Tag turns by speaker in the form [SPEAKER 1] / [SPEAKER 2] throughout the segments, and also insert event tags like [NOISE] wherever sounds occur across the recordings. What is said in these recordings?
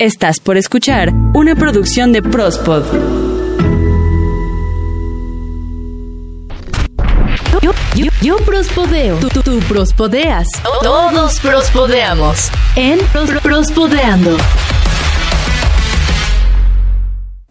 [SPEAKER 1] Estás por escuchar una producción de Prospod.
[SPEAKER 2] Yo, yo, yo prospodeo, tú, tú, tú prospodeas, todos prospodeamos en Pros- Prospodeando.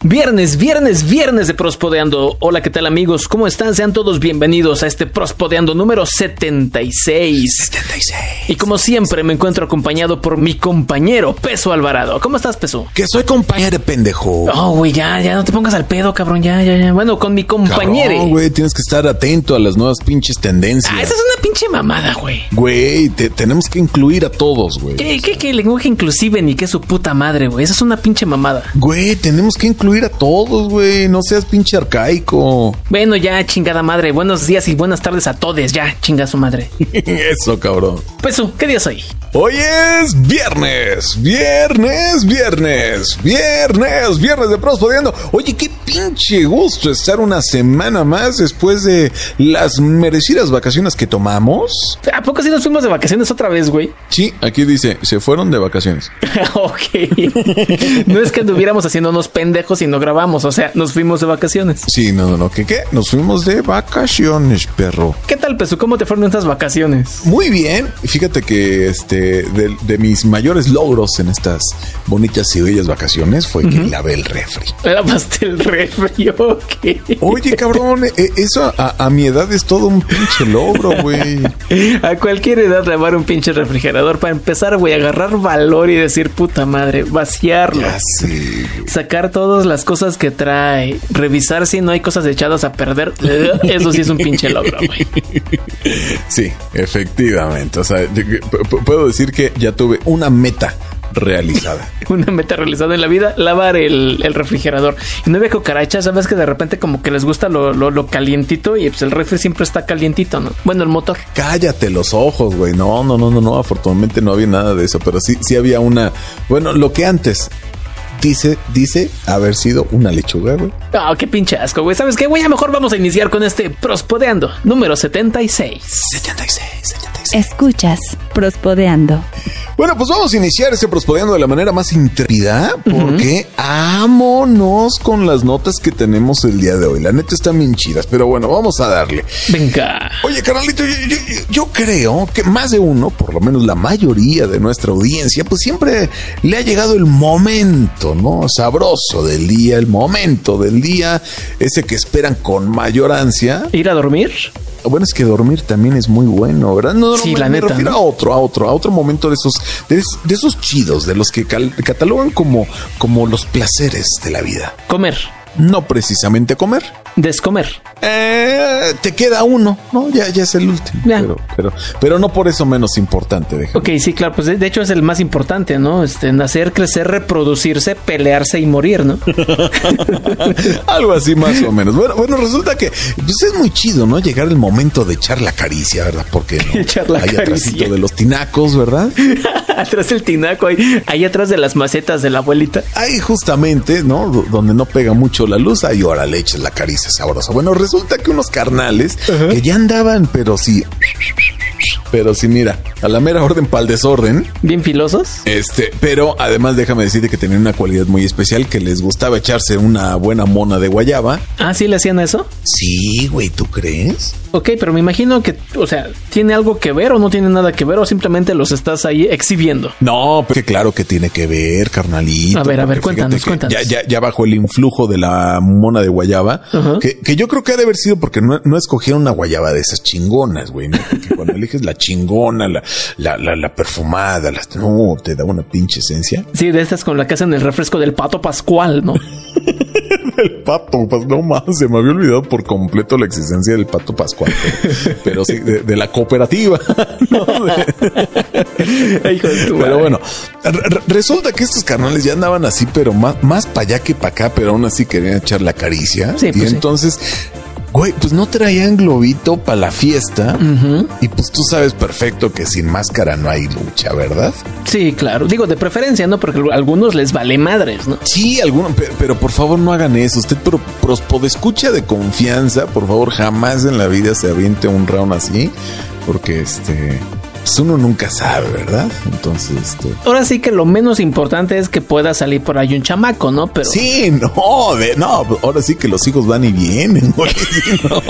[SPEAKER 3] Viernes, viernes, viernes de Prospodeando. Hola, ¿qué tal amigos? ¿Cómo están? Sean todos bienvenidos a este Prospodeando número 76. 76. Y como siempre me encuentro acompañado por mi compañero Peso Alvarado. ¿Cómo estás, Peso?
[SPEAKER 4] Que soy compañero de pendejo.
[SPEAKER 3] Oh, güey, ya, ya, no te pongas al pedo, cabrón, ya, ya, ya. Bueno, con mi compañero.
[SPEAKER 4] Cabrón, güey, tienes que estar atento a las nuevas pinches tendencias.
[SPEAKER 3] Ah, esa es una pinche mamada, güey.
[SPEAKER 4] Güey, te- tenemos que incluir a todos, güey.
[SPEAKER 3] ¿Qué, qué, qué lenguaje inclusive ni qué su puta madre, güey? Esa es una pinche mamada.
[SPEAKER 4] Güey, tenemos que incluir a todos, güey. No seas pinche arcaico. [LAUGHS]
[SPEAKER 3] Bueno, ya, chingada madre. Buenos días y buenas tardes a todos, ya, chinga su madre. [LAUGHS]
[SPEAKER 4] Eso, cabrón.
[SPEAKER 3] Peso, ¿qué día es hoy?
[SPEAKER 4] Hoy es viernes, viernes, viernes, viernes, viernes de Prospodeando. Oye, qué pinche gusto estar una semana más después de las merecidas vacaciones que tomamos.
[SPEAKER 3] ¿A poco sí nos fuimos de vacaciones otra vez, güey?
[SPEAKER 4] Sí, aquí dice, se fueron de vacaciones.
[SPEAKER 3] [LAUGHS] ok. [LAUGHS] no es que anduviéramos haciéndonos pendejos y no grabamos, o sea, nos fuimos de vacaciones.
[SPEAKER 4] Sí, no, no, no, ¿qué qué? Nos fuimos de vacaciones, perro.
[SPEAKER 3] ¿Qué tal, Pesu? ¿Cómo te fueron estas vacaciones?
[SPEAKER 4] Muy bien, fíjate que este de, de mis mayores logros en estas bonitas y bellas vacaciones fue que lavé el [LAUGHS] refri.
[SPEAKER 3] Era pastel refri, [LAUGHS] ok.
[SPEAKER 4] Oye, cabrón, e- eso a, a mi edad es todo un pinche logro, güey.
[SPEAKER 3] A cualquier edad lavar un pinche refrigerador para empezar, güey, agarrar valor y decir puta madre, vaciarlo.
[SPEAKER 4] [LAUGHS] Ya sé, güey.
[SPEAKER 3] Sacar todas las cosas que trae, revisar si no hay cosas echadas a perder. [LAUGHS] Eso sí es un pinche logro, güey.
[SPEAKER 4] Sí, efectivamente. O sea, yo- p- p- puedo decir que ya tuve una meta realizada.
[SPEAKER 3] [LAUGHS] una meta realizada en la vida, lavar el, el refrigerador. Y no había cucarachas, sabes que de repente como que les gusta lo, lo, lo calientito y pues el refri siempre está calientito, ¿no? Bueno, el motor.
[SPEAKER 4] Cállate los ojos, güey. No, no, no, no, no. Afortunadamente no había nada de eso, pero sí, sí había una. Bueno, lo que antes dice, dice haber sido una lechuga, güey.
[SPEAKER 3] Ah, qué pinche asco, güey. ¿Sabes qué, güey? A mejor vamos a iniciar con este prospodeando número 76.
[SPEAKER 4] 76, 76.
[SPEAKER 1] Escuchas Prospodeando.
[SPEAKER 4] Bueno, pues vamos a iniciar este prospodeando de la manera más intrépida, porque ámonos con las notas que tenemos el día de hoy. La neta están bien chidas, pero bueno, vamos a darle.
[SPEAKER 3] Venga.
[SPEAKER 4] Oye, carnalito, yo, yo- yo- yo creo que más de uno, por lo menos la mayoría de nuestra audiencia, pues siempre le ha llegado el momento, ¿no? Sabroso del día, el momento del día, ese que esperan con mayor ansia.
[SPEAKER 3] ¿Ir a dormir?
[SPEAKER 4] Bueno, es que dormir también es muy bueno, ¿verdad? No, no,
[SPEAKER 3] Sí,
[SPEAKER 4] me,
[SPEAKER 3] la
[SPEAKER 4] me
[SPEAKER 3] neta,
[SPEAKER 4] refiero
[SPEAKER 3] ¿no?
[SPEAKER 4] a otro, a otro, a otro momento de esos, de, es- de esos chidos, de los que cal- catalogan como, como los placeres de la vida.
[SPEAKER 3] Comer.
[SPEAKER 4] No precisamente comer.
[SPEAKER 3] Descomer.
[SPEAKER 4] Eh, te queda uno, ¿no? Ya, ya es el último.
[SPEAKER 3] Ya.
[SPEAKER 4] Pero, pero, pero no por eso menos importante, déjame. [LAUGHS]
[SPEAKER 3] Ok, sí, claro, pues de, de hecho es el más importante, ¿no? Este, nacer, crecer, reproducirse, pelearse y morir, ¿no?
[SPEAKER 4] Algo así más o menos. Bueno, bueno, resulta que pues es muy chido, ¿no? Llegar el momento de echar la caricia, ¿verdad? Porque
[SPEAKER 3] [LAUGHS]
[SPEAKER 4] no?
[SPEAKER 3] Echar la
[SPEAKER 4] Ahí
[SPEAKER 3] caricia.
[SPEAKER 4] atrásito de los tinacos, ¿verdad?
[SPEAKER 3] atrás del tinaco, ahí, ahí atrás de las macetas de la abuelita.
[SPEAKER 4] Ahí justamente, ¿no? D- donde no pega mucho la luz, ahí ahora le echas la caricia sabrosa. Bueno, resulta que unos carnales que ya andaban, pero sí. Pero sí, mira, a la mera orden para el desorden.
[SPEAKER 3] Bien filosos.
[SPEAKER 4] Este, pero además déjame decirte que tenían una cualidad muy especial que les gustaba echarse una buena mona de guayaba.
[SPEAKER 3] Ah, sí le hacían eso.
[SPEAKER 4] Sí, güey, ¿tú crees?
[SPEAKER 3] Ok, pero me imagino que, o sea, ¿tiene algo que ver o no tiene nada que ver o simplemente los estás ahí exhibiendo?
[SPEAKER 4] No, pero que claro que tiene que ver, carnalito.
[SPEAKER 3] A ver, a ver,
[SPEAKER 4] porque
[SPEAKER 3] cuéntanos,
[SPEAKER 4] fíjate que
[SPEAKER 3] cuéntanos.
[SPEAKER 4] Ya, ya, ya bajo el influjo de la mona de guayaba,
[SPEAKER 3] Ajá.
[SPEAKER 4] que, que yo creo que ha de haber sido porque no, no escogieron una guayaba de esas chingonas, güey. ¿no? Porque cuando eliges la chingona, la, la, la, la perfumada, las, no, te da una pinche esencia.
[SPEAKER 3] Sí, de estas con la que hacen el refresco del pato pascual, ¿no?
[SPEAKER 4] El pato, pues no más, se me había olvidado por completo la existencia del pato pascual. Pero, pero sí, de, de la cooperativa. [LAUGHS] ¿no? De-
[SPEAKER 3] [LAUGHS] Hijo de tu
[SPEAKER 4] Pero
[SPEAKER 3] madre.
[SPEAKER 4] bueno, re- re- resulta que estos carnales ya andaban así, pero más, más para allá que para acá, pero aún así querían echar la caricia.
[SPEAKER 3] Sí,
[SPEAKER 4] y
[SPEAKER 3] pues sí.
[SPEAKER 4] entonces, güey, pues no traían globito para la fiesta. Y pues tú sabes perfecto que sin máscara no hay lucha, ¿verdad?
[SPEAKER 3] Sí, claro. Digo, de preferencia, ¿no? Porque a algunos les vale madres, ¿no?
[SPEAKER 4] Sí, alguno, pe- pero, por favor no hagan eso. Usted pro, escucha de confianza, por favor, jamás en la vida se aviente un round así, porque este pues uno nunca sabe, ¿verdad? Entonces, este,
[SPEAKER 3] Ahora sí que lo menos importante es que pueda salir por ahí un chamaco, ¿no? Pero
[SPEAKER 4] Sí, no, de- no, ahora sí que los hijos van y vienen, [LAUGHS] güey. Sí,
[SPEAKER 3] [LAUGHS]
[SPEAKER 4] no.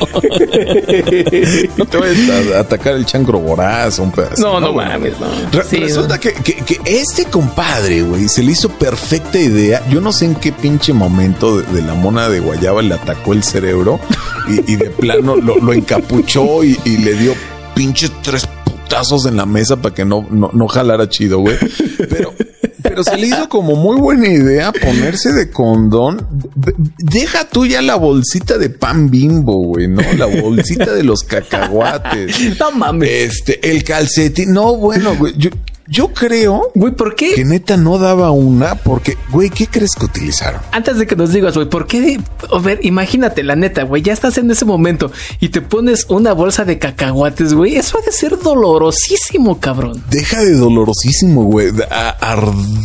[SPEAKER 4] No te vayas a, a atacar el chancro voraz, un pedazo.
[SPEAKER 3] No, no
[SPEAKER 4] güey.
[SPEAKER 3] mames, no.
[SPEAKER 4] Re-
[SPEAKER 3] Sí,
[SPEAKER 4] resulta
[SPEAKER 3] no.
[SPEAKER 4] Que, que- que este compadre, güey, se le hizo perfecta idea. Yo no sé en qué pinche momento de, de la mona de Guayaba le atacó el cerebro y, y de plano lo, lo encapuchó y, y le dio pinches tres putazos en la mesa para que no, no, no jalara chido, güey. Pero, pero se le hizo como muy buena idea ponerse de condón. Ve- Deja tú ya la bolsita de pan bimbo, güey, ¿no? La bolsita de los cacahuates.
[SPEAKER 3] No mames.
[SPEAKER 4] Este, el calcetín. No, bueno, güey. Yo, yo creo
[SPEAKER 3] Güey, ¿por qué?
[SPEAKER 4] que neta no daba una porque, güey, ¿qué crees que utilizaron?
[SPEAKER 3] Antes de que nos digas, güey, ¿por qué? A ver, imagínate, la neta, güey, ya estás en ese momento y te pones una bolsa de cacahuates, güey. Eso ha de ser dolorosísimo, cabrón.
[SPEAKER 4] Deja de dolorosísimo, güey. de- a-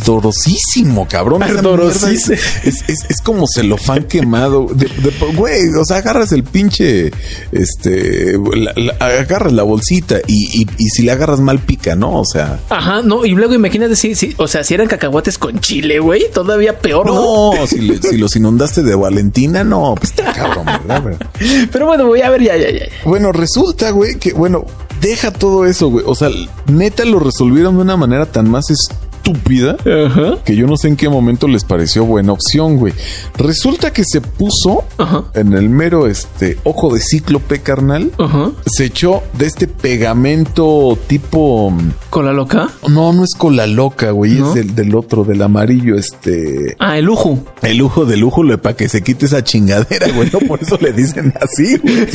[SPEAKER 4] Ardorosísimo, cabrón. Esa
[SPEAKER 3] Ardorosís-
[SPEAKER 4] mierda Es, es, es- es como celofán quemado. De- de- Güey, o sea, agarras el pinche. Este. la- la- agarras la bolsita y, y- y si la agarras mal pica, ¿no? O sea.
[SPEAKER 3] Ajá, no, y luego imagínate si, si- o sea, si eran cacahuates con chile, güey, todavía peor, ¿no?
[SPEAKER 4] No, si, le- si los inundaste de Valentina, no, pues está cabrón, ¿verdad? güey?
[SPEAKER 3] [LAUGHS] Pero bueno, güey, a ver, ya, ya, ya.
[SPEAKER 4] Bueno, resulta, güey, que bueno, deja todo eso, güey. O sea, neta lo resolvieron de una manera tan más estúpida
[SPEAKER 3] Ajá.
[SPEAKER 4] que yo no sé en qué momento les pareció buena opción, güey. Resulta que se puso
[SPEAKER 3] Ajá.
[SPEAKER 4] en el mero este ojo de cíclope carnal.
[SPEAKER 3] Ajá.
[SPEAKER 4] Se echó de este pegamento tipo.
[SPEAKER 3] ¿Con la loca?
[SPEAKER 4] No, no es cola loca, güey.
[SPEAKER 3] ¿No?
[SPEAKER 4] Es del, del otro, del amarillo, este.
[SPEAKER 3] Ah, el lujo.
[SPEAKER 4] El lujo de lujo para que se quite esa chingadera, güey. No por eso le dicen así, güey.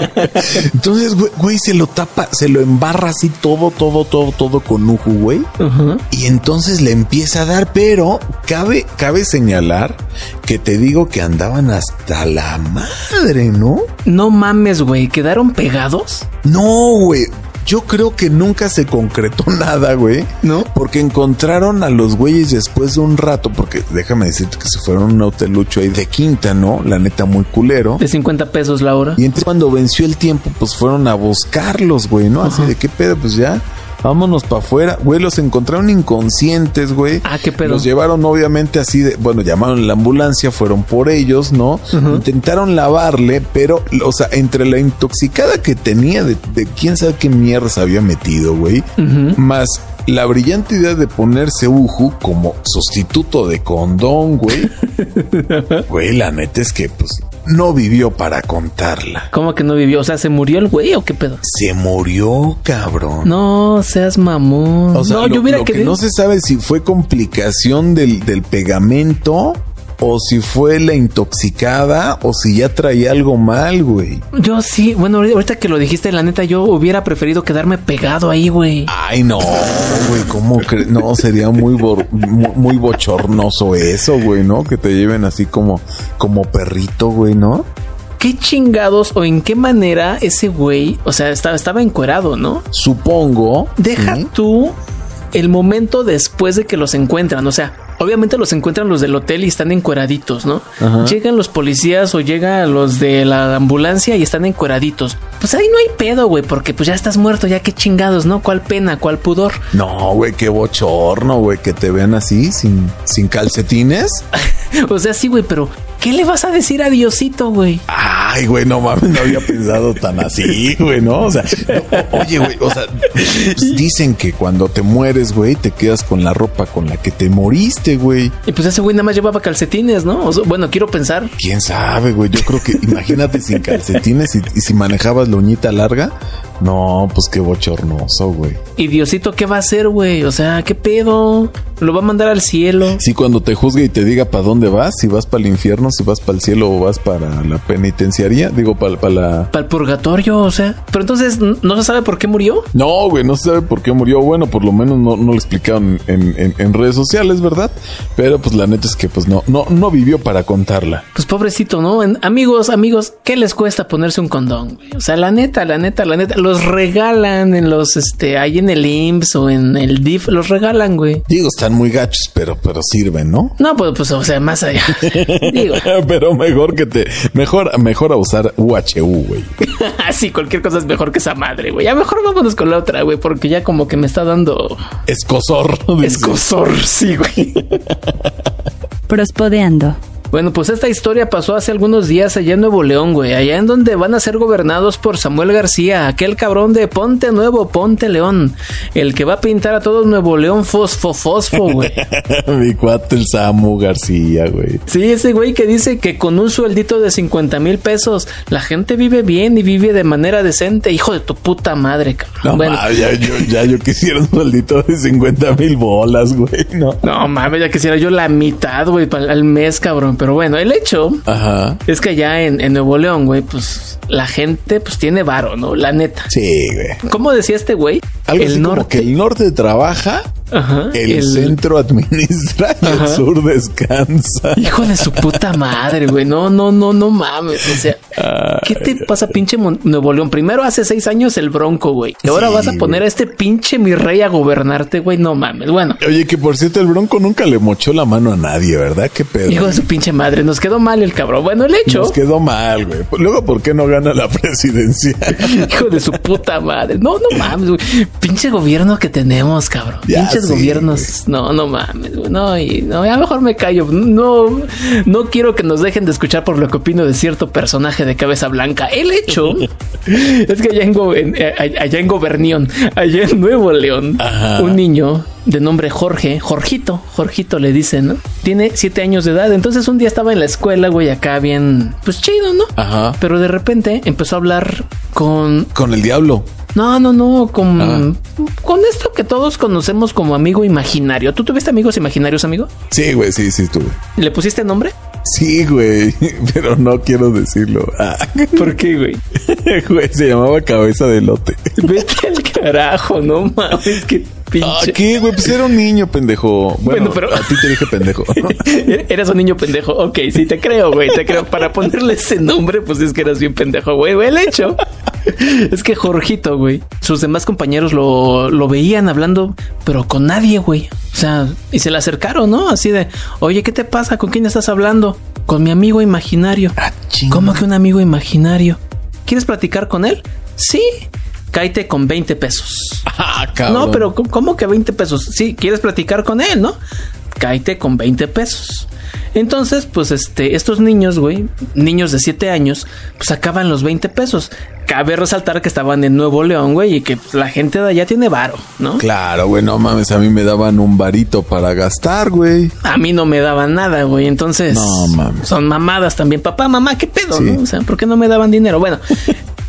[SPEAKER 4] [LAUGHS] Entonces, güey, güey, se lo tapa, se lo embarra así todo, todo, todo, todo con lujo, güey.
[SPEAKER 3] Ajá.
[SPEAKER 4] Y entonces le empieza a dar, pero cabe, cabe señalar que te digo que andaban hasta la madre, ¿no?
[SPEAKER 3] No mames, güey, ¿quedaron pegados?
[SPEAKER 4] No, güey. Yo creo que nunca se concretó [LAUGHS] nada, güey.
[SPEAKER 3] ¿No?
[SPEAKER 4] Porque encontraron a los güeyes después de un rato, porque déjame decirte que se fueron a un hotelucho ahí de quinta, ¿no? La neta, muy culero.
[SPEAKER 3] De 50 pesos la hora.
[SPEAKER 4] Y entonces cuando venció el tiempo, pues fueron a buscarlos, güey, ¿no? Así de qué pedo, pues ya, vámonos para afuera. Güey, los encontraron inconscientes, güey.
[SPEAKER 3] Ah, qué pedo.
[SPEAKER 4] Los llevaron obviamente así de, bueno, llamaron a la ambulancia, fueron por ellos, ¿no? Intentaron lavarle, pero, o sea, entre la intoxicada que tenía de, de quién sabe qué mierda se había metido, güey, más... La brillante idea de ponerse uju como sustituto de
[SPEAKER 3] [LAUGHS]
[SPEAKER 4] condón, güey. Güey, la neta es que pues no vivió para contarla.
[SPEAKER 3] ¿Cómo que no vivió? O sea, ¿se murió el güey o qué pedo?
[SPEAKER 4] Se murió, cabrón.
[SPEAKER 3] No seas mamón.
[SPEAKER 4] O sea,
[SPEAKER 3] no,
[SPEAKER 4] lo,
[SPEAKER 3] yo hubiera
[SPEAKER 4] lo que
[SPEAKER 3] querido.
[SPEAKER 4] no se sabe si fue complicación del, del pegamento o si fue la intoxicada o si ya traía algo mal, güey.
[SPEAKER 3] Yo sí, bueno, ahorita- ahorita que lo dijiste, la neta, yo hubiera preferido quedarme pegado ahí, güey.
[SPEAKER 4] Ay, no, güey, ¿cómo crees? No, sería muy, bor- muy, muy bochornoso eso, güey, ¿no? Que te lleven así como, como perrito, güey, ¿no?
[SPEAKER 3] ¿Qué chingados o en qué manera ese güey, o sea, estaba, estaba encuerado, ¿no?
[SPEAKER 4] Supongo.
[SPEAKER 3] Deja
[SPEAKER 4] ¿sí?
[SPEAKER 3] tú el momento después de que los encuentran, o sea, obviamente los encuentran los del hotel y están encueraditos, ¿no?
[SPEAKER 4] Ajá.
[SPEAKER 3] Llegan los policías o llegan los de la ambulancia y están encueraditos. Pues ahí no hay pedo, güey, porque pues ya estás muerto, ya qué chingados, ¿no? ¿Cuál pena, cuál pudor? [LAUGHS]
[SPEAKER 4] No, güey, qué bochorno, güey, que te vean así, sin, sin calcetines.
[SPEAKER 3] O sea, sí, güey, pero ¿qué le vas a decir a Diosito, güey?
[SPEAKER 4] Ay, güey, no mames, no había pensado tan así, güey, ¿no? O sea, no, o- oye, güey, o sea, pues dicen que cuando te mueres, güey, te quedas con la ropa con la que te moriste, güey.
[SPEAKER 3] Y pues ese güey nada más llevaba calcetines, ¿no? O sea, bueno, quiero pensar.
[SPEAKER 4] Quién sabe, güey. Yo creo que, imagínate sin calcetines y, y si manejabas la uñita larga. No, pues qué bochornoso, güey.
[SPEAKER 3] ¿Y Diosito qué va a hacer, güey? O sea, ¿qué pedo? ¿Lo va a mandar al cielo?
[SPEAKER 4] Si cuando te juzgue y te diga para dónde vas, si vas para el infierno, si vas para el cielo o vas para la penitenciaría, digo, para, para la
[SPEAKER 3] ¿Para el purgatorio? O sea, pero entonces n- no se sabe por qué murió.
[SPEAKER 4] No, güey, no se sabe por qué murió. Bueno, por lo menos no, no lo explicaron en, en- en redes sociales, ¿verdad? Pero pues la neta es que pues no, no, no vivió para contarla.
[SPEAKER 3] Pues pobrecito, ¿no? En- amigos, amigos, ¿qué les cuesta ponerse un condón? güey? O sea, la neta, la neta, la neta. Lo, los regalan en los, este, ahí en el IMSS o en el DIF, los regalan, güey.
[SPEAKER 4] Digo, están muy gachos, pero, pero sirven, ¿no?
[SPEAKER 3] No, pues, pues, o sea, más allá. [LAUGHS] Digo,
[SPEAKER 4] [LAUGHS] pero mejor que te. Mejor, mejor a usar UHU, güey.
[SPEAKER 3] así cualquier cosa es mejor que esa madre, güey. Ya mejor vámonos con la otra, güey, porque ya como que me está dando
[SPEAKER 4] Escosor. [LAUGHS] dice.
[SPEAKER 3] escosor, sí, güey.
[SPEAKER 1] Prospodeando.
[SPEAKER 3] Bueno, pues esta historia pasó hace algunos días allá en Nuevo León, güey, allá en donde van a ser gobernados por Samuel García, aquel cabrón de Ponte Nuevo, Ponte León, el que va a pintar a todo Nuevo León fosfo, fosfo, [LAUGHS] güey.
[SPEAKER 4] Mi cuate, el Samu García, güey.
[SPEAKER 3] Sí, ese güey que dice que con un sueldito de 50 mil pesos la gente vive bien y vive de manera decente. Hijo de tu puta madre, cabrón.
[SPEAKER 4] No,
[SPEAKER 3] Bueno,
[SPEAKER 4] ma, ya, yo, ya yo quisiera un sueldito de 50 mil bolas, güey. No.
[SPEAKER 3] no mames, ya quisiera yo la mitad, güey, pa'l- al mes, cabrón. Pero bueno, el hecho
[SPEAKER 4] Ajá.
[SPEAKER 3] es que allá en, en Nuevo León, güey, pues la gente pues tiene varo, ¿no? La neta.
[SPEAKER 4] Sí, güey.
[SPEAKER 3] ¿Cómo decía este güey?
[SPEAKER 4] Algo así como que el norte trabaja,
[SPEAKER 3] Ajá,
[SPEAKER 4] el,
[SPEAKER 3] el- [LAUGHS]
[SPEAKER 4] centro administra y el
[SPEAKER 3] Ajá.
[SPEAKER 4] sur descansa.
[SPEAKER 3] Hijo de su puta madre, güey. No, no, no, no mames. O sea,
[SPEAKER 4] Ah,
[SPEAKER 3] ¿qué te pasa, pinche Mon- Nuevo León? Primero hace seis años el Bronco, güey. Y ahora
[SPEAKER 4] Sí,
[SPEAKER 3] vas a poner a este pinche mi rey a gobernarte, güey. No mames. Bueno,
[SPEAKER 4] Oye, que por cierto, el Bronco nunca le mochó la mano a nadie, ¿verdad? Qué pedo.
[SPEAKER 3] hijo de su pinche madre. Nos quedó mal el cabrón. Bueno, el hecho.
[SPEAKER 4] Nos quedó mal, güey. Pues, Luego, ¿por qué no gana la [LAUGHS] presidencia?
[SPEAKER 3] [LAUGHS] Hijo de su puta madre. No, no mames, güey. Pinche gobierno que tenemos, cabrón.
[SPEAKER 4] Ya,
[SPEAKER 3] Pinches
[SPEAKER 4] sí,
[SPEAKER 3] gobiernos. No, no mames, güey. No, y no, ya mejor me callo. No, no quiero que nos dejen de escuchar por lo que opino de cierto personaje de cabeza blanca. El
[SPEAKER 4] [LAUGHS]
[SPEAKER 3] hecho es que allá en, Go- en- eh, allá en Gobernión, allá en Nuevo León,
[SPEAKER 4] Ajá.
[SPEAKER 3] un niño de nombre Jorge, Jorgito, Jorgito le dicen, ¿no? Tiene siete años de edad. Entonces un día estaba en la escuela, güey, acá bien, pues chido, ¿no?
[SPEAKER 4] Ajá.
[SPEAKER 3] Pero de repente empezó a hablar con.
[SPEAKER 4] Con el diablo.
[SPEAKER 3] No, no, no, con.
[SPEAKER 4] Ah.
[SPEAKER 3] Con esto que todos conocemos como amigo imaginario. ¿Tú tuviste amigos imaginarios, amigo?
[SPEAKER 4] Sí, güey, sí, sí, estuve.
[SPEAKER 3] ¿Le pusiste nombre?
[SPEAKER 4] Sí, güey, [LAUGHS] pero no quiero decirlo. [LAUGHS] Ah,
[SPEAKER 3] ¿Por qué, güey?
[SPEAKER 4] güey, se llamaba cabeza de lote.
[SPEAKER 3] [LAUGHS] Vete al carajo, no mames, qué
[SPEAKER 4] Ah,
[SPEAKER 3] pinche.
[SPEAKER 4] ¿qué, güey? Pues era un niño pendejo. Bueno,
[SPEAKER 3] Bueno, pero-
[SPEAKER 4] a ti te dije
[SPEAKER 3] [LAUGHS]
[SPEAKER 4] pendejo.
[SPEAKER 3] Eras un niño pendejo. Ok, sí, te creo, güey. Te creo. Para ponerle ese nombre, pues es que eras bien pendejo, güey. güey, El hecho [LAUGHS] es que Jorgito, güey, sus demás compañeros lo, lo veían hablando, pero con nadie, güey. O sea, y se le acercaron, ¿no? Así de, oye, ¿qué te pasa? ¿Con quién estás hablando? Con mi amigo imaginario.
[SPEAKER 4] Ah,
[SPEAKER 3] ¿Cómo que un amigo imaginario? ¿Quieres platicar con él? Sí. Cáete con 20 pesos.
[SPEAKER 4] Ah, cabrón.
[SPEAKER 3] No, pero ¿cómo- ¿cómo que 20 pesos? Sí, quieres platicar con él, ¿no? Cáete con 20 pesos. Entonces, pues este, estos niños, güey, niños de 7 años, pues sacaban los 20 pesos. Cabe resaltar que estaban en Nuevo León, güey, y que la gente de allá tiene varo, ¿no?
[SPEAKER 4] Claro, güey, no mames, a mí me daban un varito para gastar, güey.
[SPEAKER 3] A mí no me daban nada, güey. Entonces,
[SPEAKER 4] No, mames.
[SPEAKER 3] son mamadas también. Papá, mamá, ¿qué pedo?
[SPEAKER 4] Sí.
[SPEAKER 3] no? O sea, ¿por qué no me daban dinero?
[SPEAKER 4] [LAUGHS]
[SPEAKER 3] Bueno,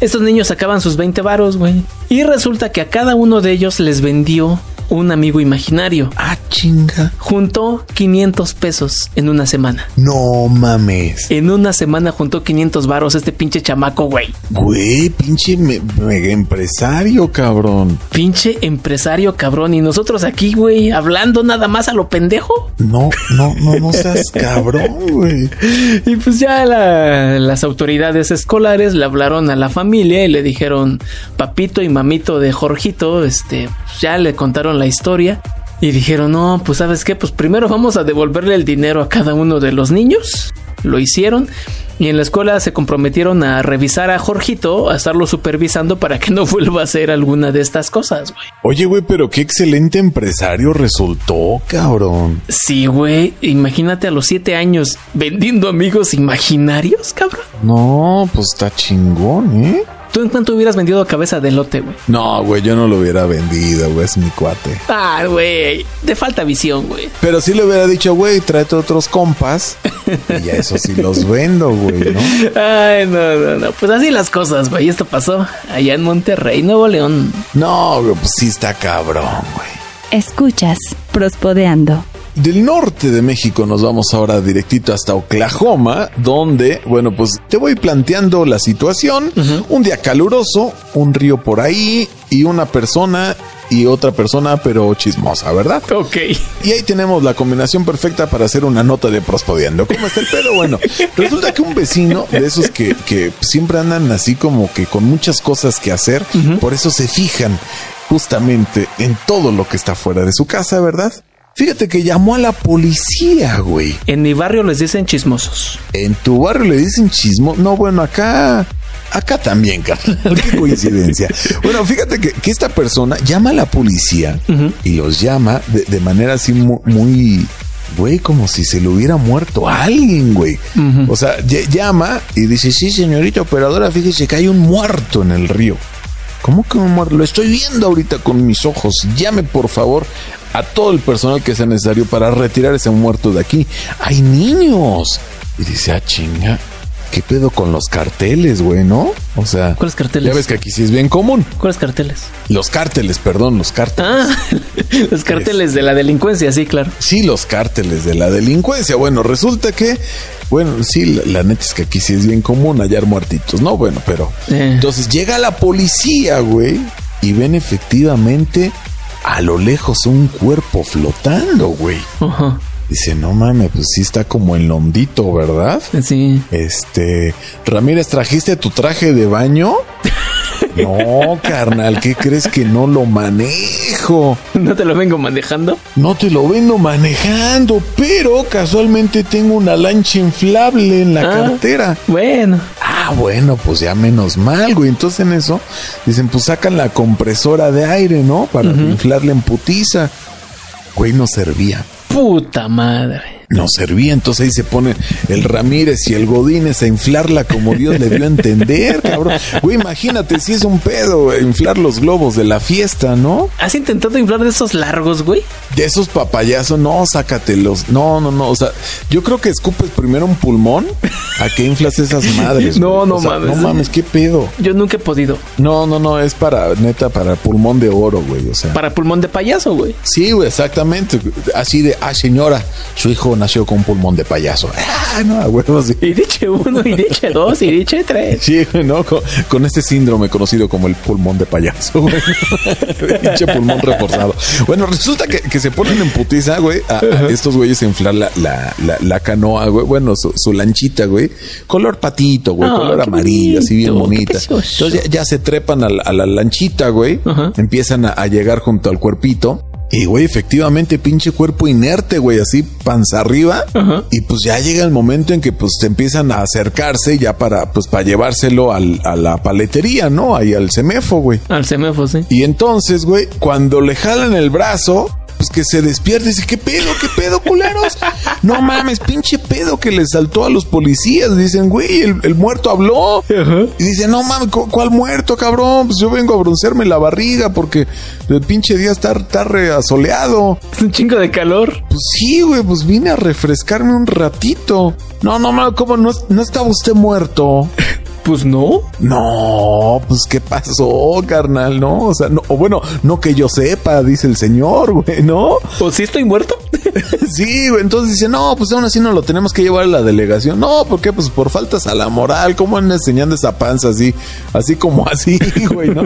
[SPEAKER 3] estos niños sacaban sus 20 varos, güey. Y resulta que a cada uno de ellos les vendió un amigo imaginario.
[SPEAKER 4] Ah, chinga.
[SPEAKER 3] juntó 500 pesos en una semana.
[SPEAKER 4] No mames.
[SPEAKER 3] En una semana juntó 500 varos este pinche chamaco, güey.
[SPEAKER 4] Güey, pinche me- mega empresario, cabrón.
[SPEAKER 3] Pinche empresario cabrón. Y nosotros aquí, güey, hablando nada más a lo pendejo.
[SPEAKER 4] No, no, no, no seas cabrón, güey.
[SPEAKER 3] Y pues ya la- las autoridades escolares le hablaron a la familia y le dijeron, papito y mamito de Jorgito, este, pues ya le contaron la historia. Y dijeron, no, pues sabes qué, pues primero vamos a devolverle el dinero a cada uno de los niños. Lo hicieron. Y en la escuela se comprometieron a revisar a Jorgito, a estarlo supervisando para que no [LAUGHS] vuelva a hacer alguna de estas cosas, güey.
[SPEAKER 4] Oye, güey, pero qué excelente empresario resultó, cabrón.
[SPEAKER 3] Sí, güey, imagínate a los siete años vendiendo amigos imaginarios, cabrón.
[SPEAKER 4] No, pues está chingón, ¿eh?
[SPEAKER 3] ¿Tú en cuánto hubieras vendido a cabeza de lote, güey?
[SPEAKER 4] No, güey, yo no lo hubiera vendido, güey, es mi cuate.
[SPEAKER 3] Ah, güey, te falta visión, güey.
[SPEAKER 4] Pero sí le hubiera dicho, güey, tráete otros compas. Y ya eso sí los vendo, güey, ¿no?
[SPEAKER 3] Ay, no, no, no. Pues así las cosas, güey. Esto pasó allá en Monterrey, Nuevo León.
[SPEAKER 4] No, güey, pues sí está cabrón, güey.
[SPEAKER 1] Escuchas Prospodeando.
[SPEAKER 4] Del norte de México nos vamos ahora directito hasta Oklahoma, donde, bueno, pues te voy planteando la situación. Un día caluroso, un río por ahí y una persona y otra persona, pero chismosa, ¿verdad?
[SPEAKER 3] Ok.
[SPEAKER 4] Y ahí tenemos la combinación perfecta para hacer una nota de prospodiando. ¿Cómo está el pedo? Bueno, resulta que un vecino de esos que, que siempre andan así como que con muchas cosas que hacer, por eso se fijan justamente en todo lo que está fuera de su casa, ¿verdad? Fíjate que llamó a la policía, güey.
[SPEAKER 3] En mi barrio les dicen chismosos.
[SPEAKER 4] En tu barrio le dicen chismo. No, bueno, acá. Acá también, carnal. [LAUGHS] Qué coincidencia. Bueno, fíjate que, que esta persona llama a la policía y los llama de, de manera así mu- muy. Güey, como si se le hubiera muerto a alguien, güey. O sea, ll- llama y dice: Sí, señorita operadora, fíjese que hay un muerto en el río. ¿Cómo que un muerto? Lo estoy viendo ahorita con mis ojos. Llame, por favor, a todo el personal que sea necesario para retirar ese muerto de aquí. ¡Hay niños! Y dice, ah, chinga, ¿qué pedo con los carteles, güey, no? O sea...
[SPEAKER 3] ¿Cuáles carteles?
[SPEAKER 4] Ya ves que aquí sí es bien común.
[SPEAKER 3] ¿Cuáles carteles?
[SPEAKER 4] Los cárteles, perdón, los cárteles.
[SPEAKER 3] Ah, [LAUGHS] los carteles de la delincuencia, sí, claro.
[SPEAKER 4] Sí, los cárteles de la delincuencia. Bueno, resulta que, bueno, sí, la, la neta es que aquí sí es bien común hallar muertitos, ¿no? Bueno, pero...
[SPEAKER 3] Eh.
[SPEAKER 4] Entonces llega la policía, güey, y ven efectivamente a lo lejos un cuerpo flotando, güey.
[SPEAKER 3] Ajá.
[SPEAKER 4] Dice, no mames, pues sí está como en londito, ¿verdad?
[SPEAKER 3] Sí.
[SPEAKER 4] Este, Ramírez, ¿trajiste tu traje de baño? [LAUGHS] No, carnal, ¿qué crees que no lo manejo?
[SPEAKER 3] No te lo vengo manejando.
[SPEAKER 4] No te lo vendo manejando, pero casualmente tengo una lancha inflable en la
[SPEAKER 3] Ah.
[SPEAKER 4] cartera.
[SPEAKER 3] Bueno.
[SPEAKER 4] Ah, bueno, pues ya menos mal, güey. Entonces en eso dicen, pues sacan la compresora de aire, ¿no? Para inflarla en putiza. Güey, no servía.
[SPEAKER 3] Puta madre.
[SPEAKER 4] No servía, entonces ahí se pone el Ramírez y el Godínez a inflarla como Dios le dio a entender,
[SPEAKER 3] [LAUGHS]
[SPEAKER 4] cabrón. Güey, imagínate si es un pedo güey, inflar los globos de la fiesta, ¿no?
[SPEAKER 3] ¿Has intentado inflar de esos largos, güey?
[SPEAKER 4] De esos papayazos, no, sácatelos. No, no, no. O sea, yo creo que escupes primero un pulmón a que inflas esas
[SPEAKER 3] [LAUGHS]
[SPEAKER 4] madres.
[SPEAKER 3] No,
[SPEAKER 4] güey. O
[SPEAKER 3] no
[SPEAKER 4] sea,
[SPEAKER 3] mames.
[SPEAKER 4] No mames, qué pedo.
[SPEAKER 3] Yo nunca he podido.
[SPEAKER 4] No, no, no, es para, neta, para pulmón de oro, güey, o sea.
[SPEAKER 3] Para pulmón de payaso, güey.
[SPEAKER 4] Sí, güey, exactamente. Así de, ah, señora, su hijo nació con pulmón de payaso. [LAUGHS] Ah, no, a huevo, sí.
[SPEAKER 3] Y diche uno, y diche dos, y diche tres.
[SPEAKER 4] Sí, güey, ¿no? Con, con este síndrome conocido como el pulmón de payaso, güey. [LAUGHS] Pinche pulmón reforzado. Bueno, resulta que, que se ponen en putiza, güey, a, a estos güeyes a inflar la, la, la, la canoa, güey. Bueno, su, su lanchita, güey. Color patito, güey.
[SPEAKER 3] Ah,
[SPEAKER 4] color
[SPEAKER 3] qué
[SPEAKER 4] amarillo, así bien
[SPEAKER 3] bonito, qué
[SPEAKER 4] bonita.
[SPEAKER 3] precioso.
[SPEAKER 4] Entonces ya, ya se trepan a la, a la lanchita, güey.
[SPEAKER 3] Ajá.
[SPEAKER 4] Empiezan a, a llegar junto al cuerpito. Y, güey, efectivamente, pinche cuerpo inerte, güey, así panza arriba.
[SPEAKER 3] Ajá.
[SPEAKER 4] Y pues ya llega el momento en que pues te empiezan a acercarse ya para, pues, para llevárselo al- a la paletería, ¿no? Ahí al semefo, güey.
[SPEAKER 3] Al seméfo, sí.
[SPEAKER 4] Y entonces, güey, cuando le jalan el brazo, pues que se despierta y dice, ¿qué pedo, qué pedo, culeros? No mames, pinche pedo que le saltó a los policías. Dicen, güey, el, el muerto habló. Y dice, no mames, ¿cu- ¿cuál muerto, cabrón? Pues yo vengo a broncearme la barriga porque el pinche día está, está re asoleado.
[SPEAKER 3] Es un chingo de calor.
[SPEAKER 4] Pues sí, güey, pues vine a refrescarme un ratito. No, no, no, ¿cómo no, no estaba usted muerto?
[SPEAKER 3] Pues no.
[SPEAKER 4] No, pues qué pasó, carnal, ¿no? O sea, no, o bueno, no que yo sepa, dice el señor, [LAUGHS] güey, ¿no?
[SPEAKER 3] ¿O sí estoy [LAUGHS] muerto?
[SPEAKER 4] Sí, güey, entonces dice, no, pues aún así no lo tenemos que llevar a la delegación. No, ¿por qué? Pues por faltas a la moral, ¿cómo andan enseñando esa panza así, así como así, [LAUGHS] güey, ¿no?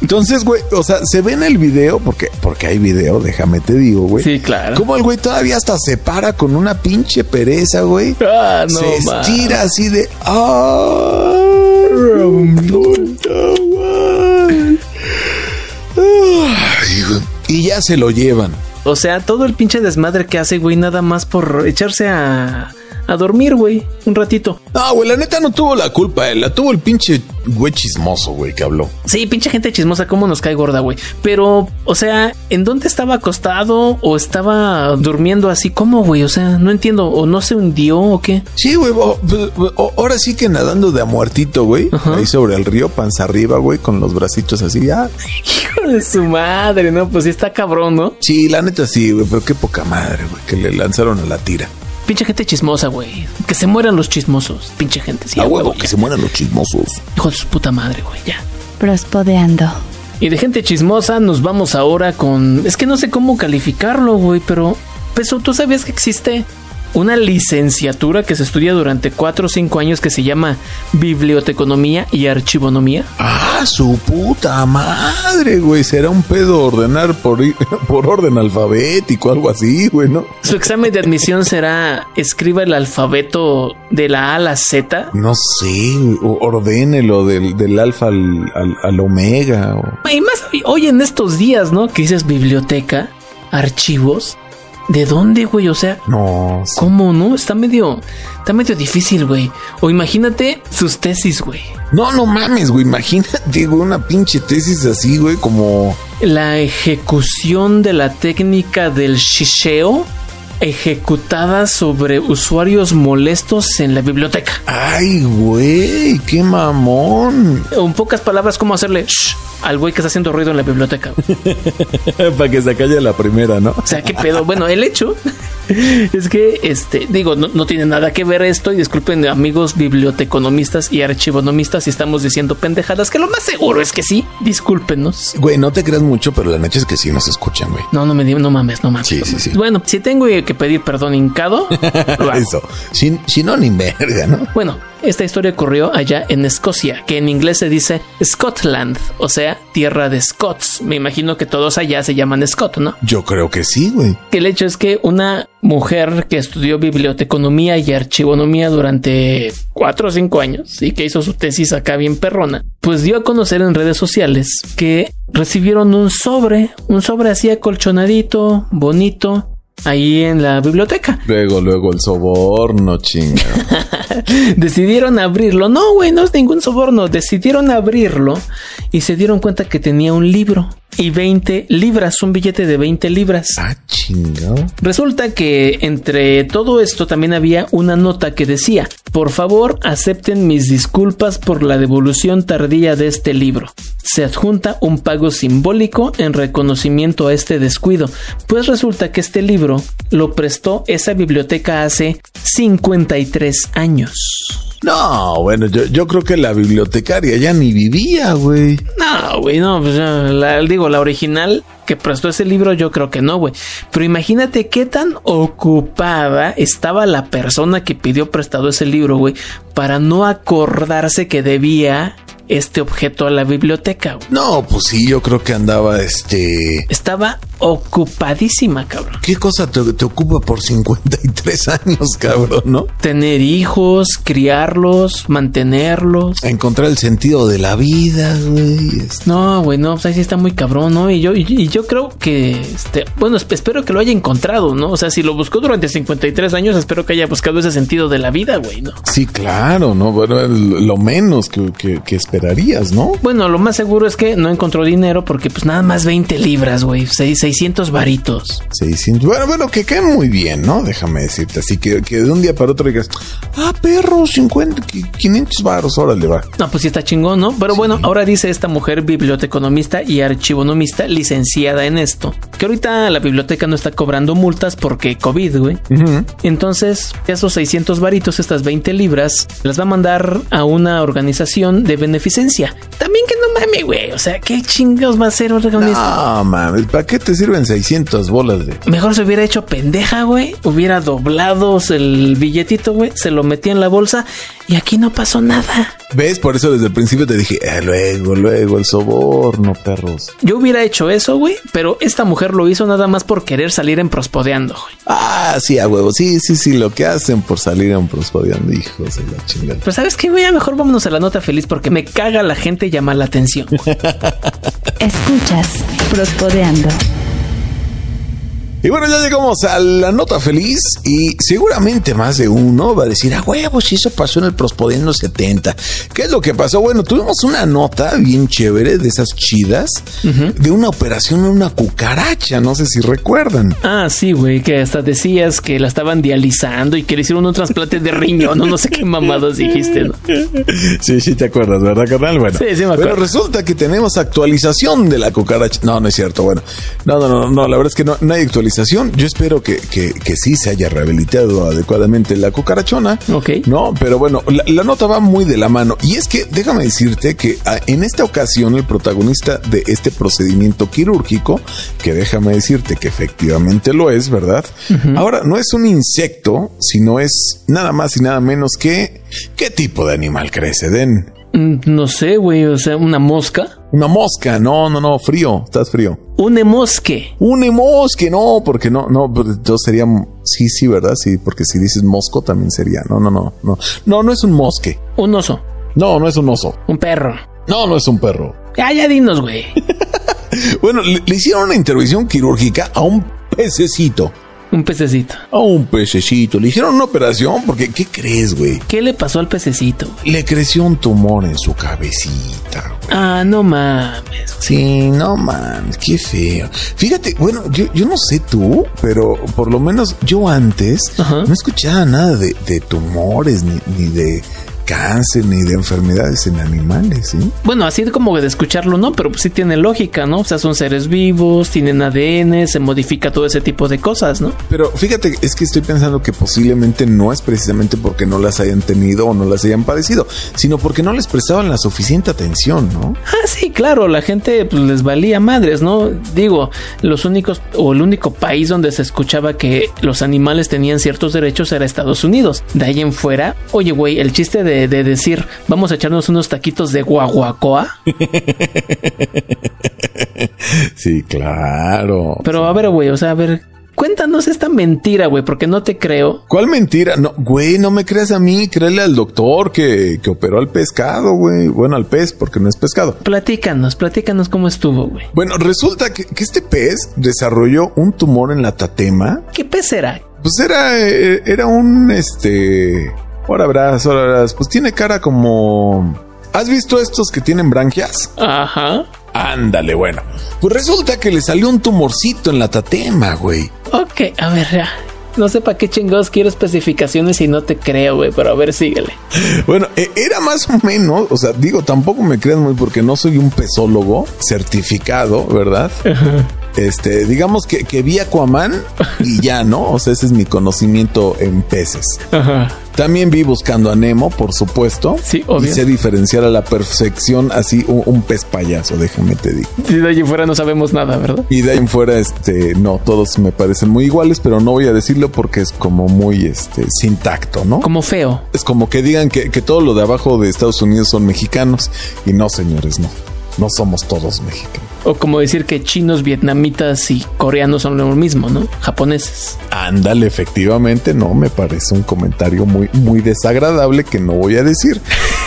[SPEAKER 4] Entonces, güey, o sea, se ve en el video, porque, porque hay video, déjame te digo, güey.
[SPEAKER 3] Sí, claro.
[SPEAKER 4] Como el güey todavía hasta se para con una pinche pereza, güey.
[SPEAKER 3] Ah, no,
[SPEAKER 4] se
[SPEAKER 3] ma.
[SPEAKER 4] estira así de. "Ay, puta madre". Ay, güey. Y ya se lo llevan.
[SPEAKER 3] O sea, todo el pinche desmadre que hace, güey, nada más por echarse a, a dormir, güey, un ratito.
[SPEAKER 4] No, güey, la neta no tuvo la culpa, él la tuvo el pinche güey chismoso, güey, que habló.
[SPEAKER 3] Sí, pinche gente chismosa, cómo nos cae gorda, güey. Pero, o sea, ¿en dónde estaba acostado o estaba durmiendo así? ¿Cómo, güey? O sea, no entiendo. ¿O no se hundió o qué? [LAUGHS]
[SPEAKER 4] Sí, güey, o- o- o- ahora sí que nadando de a muertito, güey.
[SPEAKER 3] Ajá.
[SPEAKER 4] Ahí sobre el río, panza arriba, güey, con los bracitos así, ya.
[SPEAKER 3] Hijo de su madre, ¿no? Pues sí está cabrón, ¿no?
[SPEAKER 4] Sí, la neta sí, güey, pero qué poca madre, güey, que le lanzaron a la tira.
[SPEAKER 3] Pinche gente chismosa, güey. Que se mueran los chismosos. Pinche gente, sí.
[SPEAKER 4] a huevo, que
[SPEAKER 3] ya.
[SPEAKER 4] se mueran los chismosos.
[SPEAKER 3] Hijo de su puta madre, güey, ya.
[SPEAKER 1] Prospodeando.
[SPEAKER 3] Y de gente chismosa nos vamos ahora con... Es que no sé cómo calificarlo, güey, pero... Peso, ¿tú sabías que existe una licenciatura que se estudia durante 4 o 5 años que se llama Biblioteconomía y Archivonomía.
[SPEAKER 4] Ah, su puta madre, güey. Será un pedo ordenar por, [LAUGHS] i- por orden alfabético, algo así, güey, ¿no?
[SPEAKER 3] Su examen de admisión será escriba el alfabeto de la A a la Z.
[SPEAKER 4] No sé, güey, o- ordénelo del, del alfa al, al- al omega. o-
[SPEAKER 3] Y más hoy en estos días, ¿no? Que dices biblioteca, archivos. ¿De dónde, güey? O sea,
[SPEAKER 4] No, sí.
[SPEAKER 3] ¿cómo no? Está medio, está medio difícil, güey. O imagínate sus tesis, güey.
[SPEAKER 4] no, no mames, güey. Imagínate, güey, una pinche tesis así, güey, como
[SPEAKER 3] La ejecución de la técnica del shisheo ejecutada sobre usuarios molestos en la biblioteca.
[SPEAKER 4] Ay, güey, qué mamón.
[SPEAKER 3] O En pocas palabras, ¿cómo hacerle shh al güey que está haciendo ruido en la biblioteca? güey?
[SPEAKER 4] [LAUGHS] Para que se calle la primera, ¿no?
[SPEAKER 3] O sea, qué pedo. Bueno, el hecho [LAUGHS] es que, este, digo, no, no tiene nada que ver esto. Y disculpen, amigos biblioteconomistas y archivonomistas, si estamos diciendo pendejadas, que lo más seguro es que sí. Discúlpenos.
[SPEAKER 4] Güey, no te creas mucho, pero la noche es que sí nos escuchan, güey.
[SPEAKER 3] No, no me digan, no mames, no mames.
[SPEAKER 4] Sí, sí, sí.
[SPEAKER 3] Bueno, si tengo que pedir perdón
[SPEAKER 4] [LAUGHS]
[SPEAKER 3] hincado, lo hago.
[SPEAKER 4] Eso. Sin, sin no, ni verga, ¿no?
[SPEAKER 3] Bueno, esta historia ocurrió allá en Escocia, que en inglés se dice Scotland, o sea, tierra de Scots. Me imagino que todos allá se llaman Scott, ¿no?
[SPEAKER 4] Yo creo que sí, güey.
[SPEAKER 3] Que El hecho es que una mujer que estudió biblioteconomía y archivonomía durante cuatro o cinco años y que hizo su tesis acá bien perrona, pues dio a conocer en redes sociales que recibieron un sobre, un sobre así acolchonadito, bonito, ahí en la biblioteca. [LAUGHS]
[SPEAKER 4] Luego, luego el soborno, chinga.
[SPEAKER 3] Decidieron abrirlo. No, güey, no es ningún soborno. Decidieron abrirlo y se dieron cuenta que tenía un libro y 20 libras, un billete de 20 libras.
[SPEAKER 4] ah, chingado.
[SPEAKER 3] Resulta que entre todo esto también había una nota que decía, por favor acepten mis disculpas por la devolución tardía de este libro. Se adjunta un pago simbólico en reconocimiento a este descuido, pues resulta que este libro lo prestó esa biblioteca hace 53 años.
[SPEAKER 4] No, bueno, yo, yo creo que la bibliotecaria ya ni vivía, güey.
[SPEAKER 3] No, güey, no, pues, eh, la- digo, la original que prestó ese libro yo creo que no, güey. Pero imagínate qué tan ocupada estaba la persona que pidió prestado ese libro, güey, para no acordarse que debía este objeto a la biblioteca, güey.
[SPEAKER 4] No, pues sí, yo creo que andaba este.
[SPEAKER 3] Estaba ocupadísima, cabrón.
[SPEAKER 4] ¿Qué cosa te, te ocupa por 53 años, cabrón, no?
[SPEAKER 3] Tener hijos, criarlos, mantenerlos.
[SPEAKER 4] Encontrar el sentido de la vida, güey. este.
[SPEAKER 3] No, güey, no, pues ahí sí está muy cabrón, ¿no? Y yo, y, y yo creo que, este, bueno, esp- espero que lo haya encontrado, ¿no? O sea, si lo buscó durante 53 años, espero que haya buscado ese sentido de la vida, güey, ¿no?
[SPEAKER 4] Sí, claro, ¿no? Bueno, el- lo menos que, que- que esperarías, ¿no?
[SPEAKER 3] Bueno, lo más seguro es que no encontró dinero porque pues nada más 20 libras, güey, seis- 600 varitos.
[SPEAKER 4] Sí, sí. Bueno, bueno, que cae muy bien, ¿no? Déjame decirte. Así que, que de un día para otro digas, ah, perro, 50, qui- 500 varos, órale, va.
[SPEAKER 3] No, pues sí está chingón, ¿no? Pero bueno, ahora dice esta mujer biblioteconomista y archivonomista licenciada en esto, que ahorita la biblioteca no está cobrando multas porque COVID, güey.
[SPEAKER 4] Ujú.
[SPEAKER 3] Entonces, esos 600 varitos, estas 20 libras, las va a mandar a una organización de beneficencia. También que no mames, güey. O sea, ¿qué chingados va a ser organización?
[SPEAKER 4] No, mames, ¿para qué te sirven 600 bolas de...?
[SPEAKER 3] Mejor se hubiera hecho pendeja, güey. Hubiera doblado el billetito, güey. Se lo metía en la bolsa y aquí no pasó nada.
[SPEAKER 4] ¿Ves? Por eso desde el principio te dije, "Ah, luego, luego, el soborno, perros.
[SPEAKER 3] Yo hubiera hecho eso, güey. Pero esta mujer lo hizo nada más por querer salir en prospodeando, güey.
[SPEAKER 4] Ah, sí, a huevo, sí, sí, sí, lo que hacen por salir a un prospodiando, hijos de la chingada.
[SPEAKER 3] Pero sabes qué, güey, A mejor vámonos a la nota feliz porque me caga la gente llamar la atención.
[SPEAKER 1] Escuchas Prospodeando.
[SPEAKER 4] Y bueno, ya llegamos a la nota feliz y seguramente más de uno va a decir, ah, huevos, eso pasó en el Prospodeando 70. ¿Qué es lo que pasó? Bueno, tuvimos una nota bien chévere de esas chidas de una operación en una cucaracha, no sé si recuerdan.
[SPEAKER 3] Ah, sí, güey, que hasta decías que la estaban dializando y que le hicieron un trasplante de riñón o no sé qué mamadas dijiste, ¿no?
[SPEAKER 4] Sí, sí, te acuerdas, ¿verdad, carnal? Bueno,
[SPEAKER 3] Sí, sí me acuerdo.
[SPEAKER 4] pero resulta que tenemos actualización de la cucaracha. No, no es cierto. Bueno, no, no, no, no, la verdad es que no, no hay rehabilitación. Yo espero que, que, que sí se haya rehabilitado adecuadamente la cucarachona.
[SPEAKER 3] Ok.
[SPEAKER 4] No, pero bueno, la, la nota va muy de la mano. Y es que déjame decirte que ah, en esta ocasión el protagonista de este procedimiento quirúrgico, que déjame decirte que efectivamente lo es, ¿verdad? Ahora, no es un insecto, sino es nada más y nada menos que... ¿Qué tipo de animal crece, Den?
[SPEAKER 3] Mm, No sé, güey, o sea, una mosca.
[SPEAKER 4] Una mosca, no, no, no, frío, estás frío.
[SPEAKER 3] Un mosque.
[SPEAKER 4] Un mosque, no, porque no, no, pero entonces sería, sí, sí, ¿verdad? Sí, porque si dices mosco también sería, no, no, no, no, no, no es un mosque,
[SPEAKER 3] Un oso.
[SPEAKER 4] no, no es un oso,
[SPEAKER 3] Un perro.
[SPEAKER 4] no, no es un perro.
[SPEAKER 3] Ah, ya dinos, güey.
[SPEAKER 4] Bueno, le, le hicieron una intervención quirúrgica a un pececito,
[SPEAKER 3] Un pececito.
[SPEAKER 4] a un pececito, le hicieron una operación porque, ¿qué crees, güey?
[SPEAKER 3] ¿Qué le pasó al pececito? güey?
[SPEAKER 4] Le creció un tumor en su cabecita, güey.
[SPEAKER 3] Ah, no mames.
[SPEAKER 4] Sí, no mames, qué feo. Fíjate, bueno, yo, yo no sé tú, pero por lo menos yo antes
[SPEAKER 3] Ajá.
[SPEAKER 4] no escuchaba nada de, de tumores, ni, ni de cáncer, ni de enfermedades en animales, ¿sí?
[SPEAKER 3] Bueno, así como de escucharlo, no, pero pues sí tiene lógica, ¿no? O sea, son seres vivos, tienen ADN, se modifica todo ese tipo de cosas, ¿no?
[SPEAKER 4] Pero fíjate, es que estoy pensando que posiblemente no es precisamente porque no las hayan tenido o no las hayan padecido, sino porque no les prestaban la suficiente atención, ¿no?
[SPEAKER 3] Ah, sí, claro, la gente pues, les valía madres, ¿no? Digo, los únicos o el único país donde se escuchaba que los animales tenían ciertos derechos era Estados Unidos. De ahí en fuera, oye, güey, el chiste de, de decir, vamos a echarnos unos taquitos de guaguacoa.
[SPEAKER 4] Sí, claro.
[SPEAKER 3] Pero a ver, güey, o sea, a ver, cuéntanos esta mentira, güey, porque no te creo.
[SPEAKER 4] ¿Cuál mentira? No, güey, no me creas a mí, créele al doctor que, que operó al pescado, güey. Bueno, al pez, porque no es pescado.
[SPEAKER 3] Platícanos, platícanos cómo estuvo, güey.
[SPEAKER 4] Bueno, resulta que, que este pez desarrolló un tumor en la tatema.
[SPEAKER 3] ¿Qué pez será?
[SPEAKER 4] Pues era, eh, era un, este... Ahora verás, ahora verás. Pues tiene cara como... ¿Has visto estos que tienen branquias?
[SPEAKER 3] Ajá.
[SPEAKER 4] Ándale, bueno. Pues resulta que le salió un tumorcito en la tatema, güey.
[SPEAKER 3] Ok, a ver, ya. No sé para qué chingados quiero especificaciones y no te creo, güey, pero a ver, síguele.
[SPEAKER 4] Bueno, e- era más o menos, o sea, digo, tampoco me crean muy porque no soy un pezólogo certificado, ¿verdad? Este, digamos que, que vi Aquaman y ya, ¿no? O sea, ese es mi conocimiento en peces.
[SPEAKER 3] Ajá.
[SPEAKER 4] También vi buscando a Nemo, por supuesto.
[SPEAKER 3] Sí, obvio.
[SPEAKER 4] Y sé diferenciar a la perfección así un, un pez payaso, déjame te digo.
[SPEAKER 3] Si de allí fuera no sabemos nada, ¿verdad?
[SPEAKER 4] Y de ahí en fuera, este, no, todos me parecen muy iguales, pero no voy a decirlo porque es como muy, este, sin tacto, ¿no?
[SPEAKER 3] Como feo.
[SPEAKER 4] Es como que digan que, que todo lo de abajo de Estados Unidos son mexicanos. Y no, señores, no. No somos todos mexicanos.
[SPEAKER 3] O como decir que chinos, vietnamitas y coreanos son lo mismo, ¿no? Japoneses.
[SPEAKER 4] Ándale, efectivamente, no, me parece un comentario muy, muy desagradable que no voy a decir.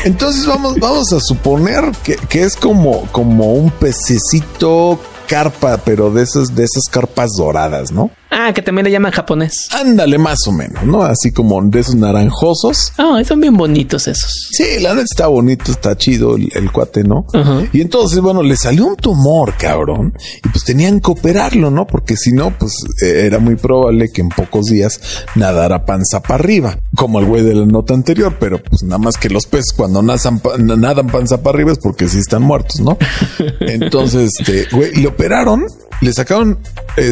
[SPEAKER 4] Entonces vamos, vamos a suponer que, que es como, como un pececito carpa, pero de esas, de esas carpas doradas, ¿no?
[SPEAKER 3] Ah, que también le llaman japonés.
[SPEAKER 4] Ándale, más o menos, ¿no? Así como de esos naranjosos.
[SPEAKER 3] Ah, son bien bonitos esos.
[SPEAKER 4] Sí, la neta está bonito, está chido el, el cuate, ¿no?
[SPEAKER 3] Ajá.
[SPEAKER 4] Y entonces, bueno, le salió un tumor, cabrón, y pues tenían que operarlo, ¿no? Porque si no, pues eh, era muy probable que en pocos días nadara panza para arriba, como el güey de la nota anterior, pero pues nada más que los peces cuando nazan pa- na- nadan panza para arriba es porque sí están muertos, ¿no? Entonces, este, güey, le operaron, le sacaron,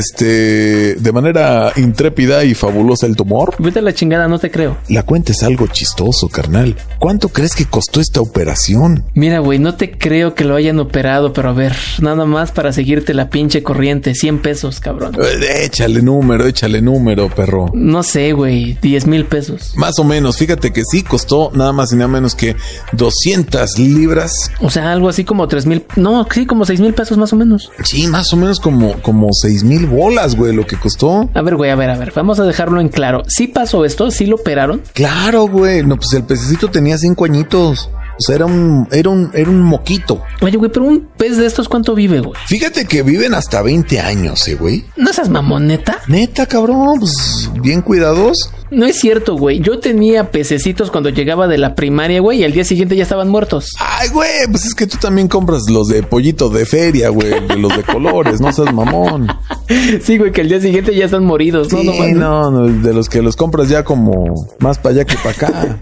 [SPEAKER 4] este, de manera intrépida y fabulosa el tumor,
[SPEAKER 3] Vete a la chingada, no te creo.
[SPEAKER 4] la cuenta es algo chistoso, carnal. ¿Cuánto crees que costó esta operación?
[SPEAKER 3] Mira, güey, no te creo que lo hayan operado, pero a ver, nada más para seguirte la pinche corriente, 100 pesos, cabrón.
[SPEAKER 4] Eh, Échale número, échale número, perro.
[SPEAKER 3] No sé, güey, 10 mil pesos.
[SPEAKER 4] Más o menos, fíjate que sí costó nada más y nada menos que 200 libras.
[SPEAKER 3] O sea, algo así como 3 mil, no, sí, como 6 mil pesos más o menos.
[SPEAKER 4] Sí, más o menos como, como 6 mil bolas, güey, lo que costó.
[SPEAKER 3] A ver, güey, a ver, a ver, vamos a dejarlo en claro. ¿Sí pasó esto? ¿Sí lo operaron?
[SPEAKER 4] Claro, güey. No, pues el pececito tenía cinco añitos. O sea, era un, era un, era un moquito.
[SPEAKER 3] Oye, güey, pero un pez de estos, ¿cuánto vive, güey?
[SPEAKER 4] Fíjate que viven hasta 20 años, eh, güey.
[SPEAKER 3] ¿No seas mamoneta?
[SPEAKER 4] Neta, cabrón, pues bien cuidados.
[SPEAKER 3] No es cierto, güey. Yo tenía pececitos cuando llegaba de la primaria, güey, y al día siguiente ya estaban muertos. [LAUGHS]
[SPEAKER 4] Ay, güey, pues es que tú también compras los de pollito de feria, güey, de los de colores, no seas mamón.
[SPEAKER 3] Sí, güey, que al día siguiente ya están moridos.
[SPEAKER 4] Sí,
[SPEAKER 3] no, no, no.
[SPEAKER 4] no, no, de los que los compras ya como más para allá que para acá.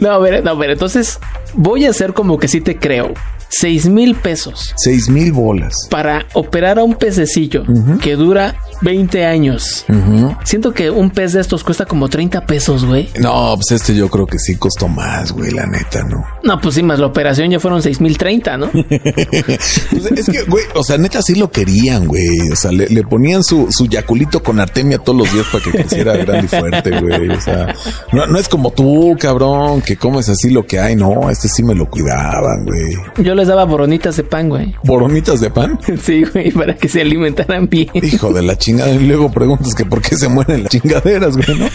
[SPEAKER 3] No, a ver, no, a ver, entonces voy a hacer como que sí te creo. Seis mil pesos
[SPEAKER 4] Seis mil bolas.
[SPEAKER 3] para operar a un pececillo que dura 20 años. Siento que un pez de estos cuesta como 30 pesos, güey.
[SPEAKER 4] No, pues este yo creo que sí costó más, güey, la neta, ¿no?
[SPEAKER 3] No, pues sí, más la operación ya fueron 6.030, ¿no?
[SPEAKER 4] Pues es que, güey, o sea, neta sí lo querían, güey. O sea, le, le ponían su, su yaculito con artemia todos los días para que creciera grande y fuerte, güey. O sea, no, no es como tú, cabrón, que comes así lo que hay. No, este sí me lo cuidaban, güey.
[SPEAKER 3] Yo les daba boronitas de pan, güey.
[SPEAKER 4] ¿Boronitas de pan?
[SPEAKER 3] [LAUGHS] Sí, güey, para que se alimentaran bien.
[SPEAKER 4] Hijo de la chingada. Y luego preguntas que por qué se mueren las chingaderas, güey, ¿no?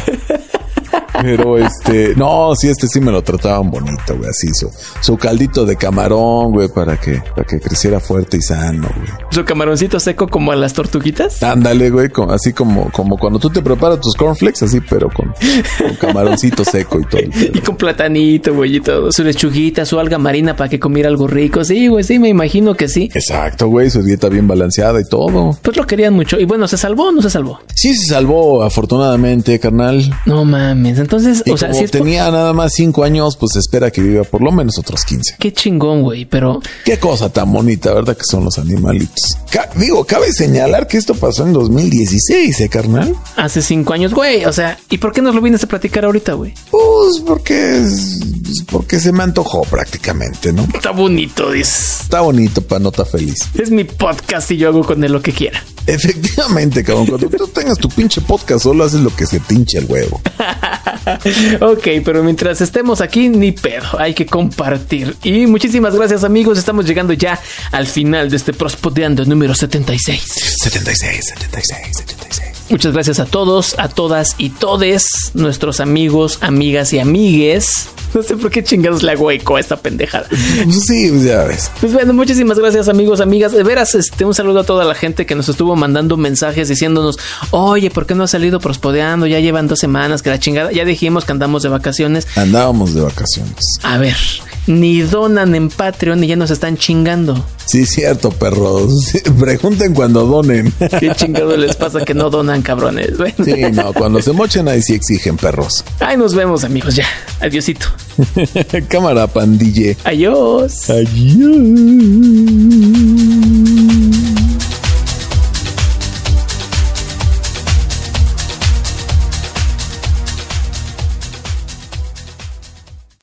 [SPEAKER 4] Pero este, no, sí, este sí me lo trataban bonito, güey, así su, su caldito de camarón, güey, para que, para que creciera fuerte y sano, güey.
[SPEAKER 3] Su camaroncito seco como a las tortuguitas.
[SPEAKER 4] Ándale, güey, co- así como, como cuando tú te preparas tus cornflakes, así, pero con, con camaroncito seco y todo. el pedo.
[SPEAKER 3] Y con platanito, güey, y todo. Su lechuguita, su alga marina para que comiera algo rico. Sí, güey, sí, me imagino que sí.
[SPEAKER 4] Exacto, güey, su dieta bien balanceada y todo.
[SPEAKER 3] Pues lo querían mucho. Y bueno, ¿se salvó o no se salvó?
[SPEAKER 4] Sí, se salvó, afortunadamente, carnal.
[SPEAKER 3] No mames. Entonces,
[SPEAKER 4] Y
[SPEAKER 3] o sea,
[SPEAKER 4] como
[SPEAKER 3] sí es por-
[SPEAKER 4] tenía nada más cinco años, pues espera que viva por lo menos otros 15.
[SPEAKER 3] Qué chingón, güey, pero
[SPEAKER 4] Qué cosa tan bonita, ¿verdad? Que son los animalitos. Ca- digo, cabe señalar que esto pasó en 2016, ¿eh, carnal?
[SPEAKER 3] hace cinco años, güey, o sea, ¿y por qué nos lo vienes a platicar ahorita, güey?
[SPEAKER 4] Pues porque, es- pues porque se me antojó prácticamente, ¿no?
[SPEAKER 3] Está bonito, dices.
[SPEAKER 4] Está bonito para nota feliz. [LAUGHS]
[SPEAKER 3] Es mi podcast y yo hago con él lo que quiera.
[SPEAKER 4] Efectivamente, cabrón. Cuando tú tengas tu pinche podcast, solo haces lo que se tinche el
[SPEAKER 3] [LAUGHS]
[SPEAKER 4] huevo.
[SPEAKER 3] Ok, pero mientras estemos aquí, ni pedo, hay que compartir. Y muchísimas gracias, amigos. Estamos llegando ya al final de este Prospodeando número 76.
[SPEAKER 4] 76, 76, 76.
[SPEAKER 3] Muchas gracias a todos, a todas y todes, nuestros amigos, amigas y amigues. No sé por qué chingados le hago eco a esta pendejada.
[SPEAKER 4] Pues sí, pues ya ves.
[SPEAKER 3] Pues bueno, muchísimas gracias amigos, amigas. De veras, este, un saludo a toda la gente que nos estuvo mandando mensajes diciéndonos, oye, ¿por qué no ha salido prospodeando? Ya llevan dos semanas que la chingada. Ya dijimos que andamos de vacaciones.
[SPEAKER 4] Andábamos de vacaciones.
[SPEAKER 3] A ver, ni donan en Patreon y ya nos están chingando.
[SPEAKER 4] Sí, cierto, perros. [LAUGHS] Sí, Pregunten cuando donen.
[SPEAKER 3] ¿Qué chingado les pasa que no donan, cabrones? Bueno.
[SPEAKER 4] Sí, no, cuando se mochen ahí sí exigen perros.
[SPEAKER 3] Ahí nos vemos amigos, ya. Adiosito.
[SPEAKER 4] Cámara pandille.
[SPEAKER 3] Adiós.
[SPEAKER 4] Adiós.